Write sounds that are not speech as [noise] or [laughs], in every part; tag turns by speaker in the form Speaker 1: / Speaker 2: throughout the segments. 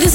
Speaker 1: this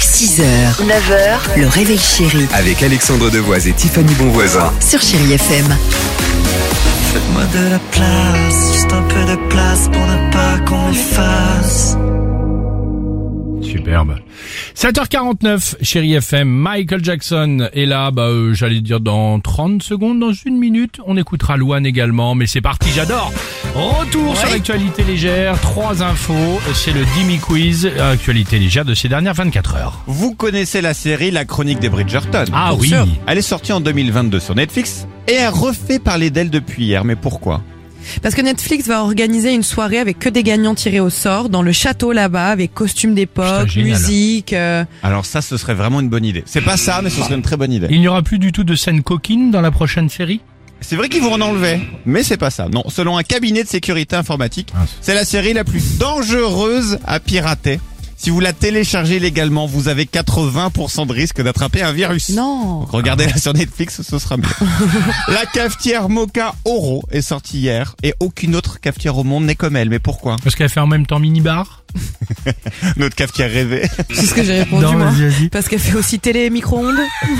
Speaker 2: 6h, 9h, le réveil chéri
Speaker 3: avec Alexandre Devoise et Tiffany Bonvoisin.
Speaker 2: sur Chérie FM.
Speaker 4: Faites-moi de la place, juste un peu de place pour ne pas qu'on m'efface.
Speaker 5: Superbe. 7h49, chérie FM, Michael Jackson est là, bah, euh, j'allais dire dans 30 secondes, dans une minute, on écoutera Loane également, mais c'est parti, j'adore Retour sur l'actualité légère, trois infos, c'est le Dimi Quiz, euh, actualité légère de ces dernières 24 heures.
Speaker 6: Vous connaissez la série La Chronique des Bridgerton
Speaker 5: Ah oui.
Speaker 6: Elle est sortie en 2022 sur Netflix et a refait parler d'elle depuis hier. Mais pourquoi
Speaker 7: Parce que Netflix va organiser une soirée avec que des gagnants tirés au sort dans le château là-bas, avec costumes
Speaker 5: Putain,
Speaker 7: d'époque,
Speaker 5: génial.
Speaker 7: musique. euh,
Speaker 6: Alors ça, ce serait vraiment une bonne idée. C'est pas ça, mais ce serait une très bonne idée.
Speaker 5: Il n'y aura plus du tout de scène coquine dans la prochaine série
Speaker 6: C'est vrai qu'ils vont en enlever, mais c'est pas ça. Non, selon un cabinet de sécurité informatique,
Speaker 5: Ah, c'est-
Speaker 6: c'est la série la plus dangereuse à pirater. Si vous la téléchargez légalement, vous avez 80% de risque d'attraper un virus.
Speaker 7: Non.
Speaker 6: Regardez-la sur Netflix, ce sera mieux. [laughs] la cafetière Mocha Oro est sortie hier et aucune autre cafetière au monde n'est comme elle. Mais pourquoi
Speaker 5: Parce qu'elle fait en même temps mini-bar
Speaker 6: Notre cafetière rêvée.
Speaker 7: C'est ce que j'ai répondu moi.
Speaker 5: vas-y.
Speaker 7: Parce qu'elle fait aussi télé et micro-ondes.
Speaker 5: [laughs]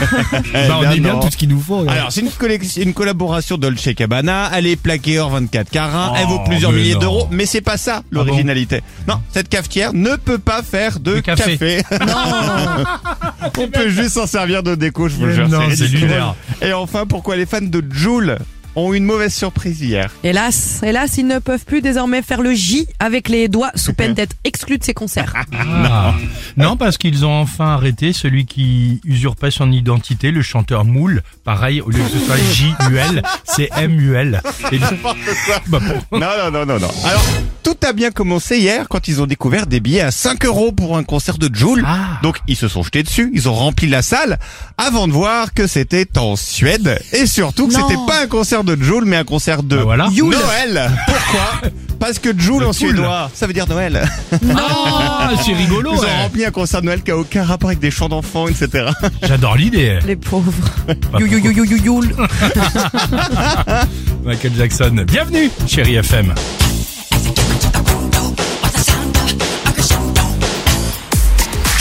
Speaker 5: Bah, on
Speaker 6: Eh
Speaker 5: est bien
Speaker 6: non.
Speaker 5: tout ce qu'il nous faut. là.
Speaker 6: Alors, c'est une, collec- une collaboration Dolce Cabana. Elle est plaquée hors 24 carats.
Speaker 5: Oh,
Speaker 6: elle vaut plusieurs
Speaker 5: mais
Speaker 6: milliers
Speaker 5: non. Ah
Speaker 6: d'euros. Mais c'est pas ça, l'originalité. non, cette cafetière ne peut pas faire de
Speaker 5: De café.
Speaker 6: café. [laughs] On peut juste s'en servir de déco, je vous le jure.
Speaker 5: Non, c'est
Speaker 6: ridicule.
Speaker 5: lunaire.
Speaker 6: Et enfin, pourquoi les fans de Joule ont eu une mauvaise surprise hier
Speaker 7: Hélas, hélas, ils ne peuvent plus désormais faire le J avec les doigts
Speaker 5: [laughs]
Speaker 7: sous peine d'être exclus de ces concerts.
Speaker 5: Ah. Non, parce qu'ils ont enfin arrêté celui qui usurpait son identité, le chanteur Moule. Pareil, au lieu que ce [laughs] soit J-U-L, c'est M-U-L. Et du- bah, bon.
Speaker 6: Non, non, non, non, non. Alors, tout a bien commencé hier quand ils ont découvert des billets à 5 euros pour un concert de Joule.
Speaker 5: Ah.
Speaker 6: Donc, ils se sont jetés dessus, ils ont rempli la salle avant de voir que c'était en Suède. Et surtout que
Speaker 7: Non.
Speaker 6: c'était pas un concert de Joule, mais un concert de
Speaker 5: Bah voilà.
Speaker 6: Yule. Noël. Pourquoi Parce que Joule
Speaker 5: Le
Speaker 6: en
Speaker 5: Toul.
Speaker 6: suédois, ça veut dire Noël.
Speaker 5: Ah, c'est rigolo.
Speaker 6: Ils
Speaker 5: ouais.
Speaker 6: ont rempli un concert de Noël qui a aucun rapport avec des chants d'enfants, etc.
Speaker 5: J'adore l'idée.
Speaker 7: Les pauvres.
Speaker 5: Bah,
Speaker 7: You, you, you, you, you, you.
Speaker 5: Michael Jackson. Bienvenue, chérie FM.
Speaker 2: Chérie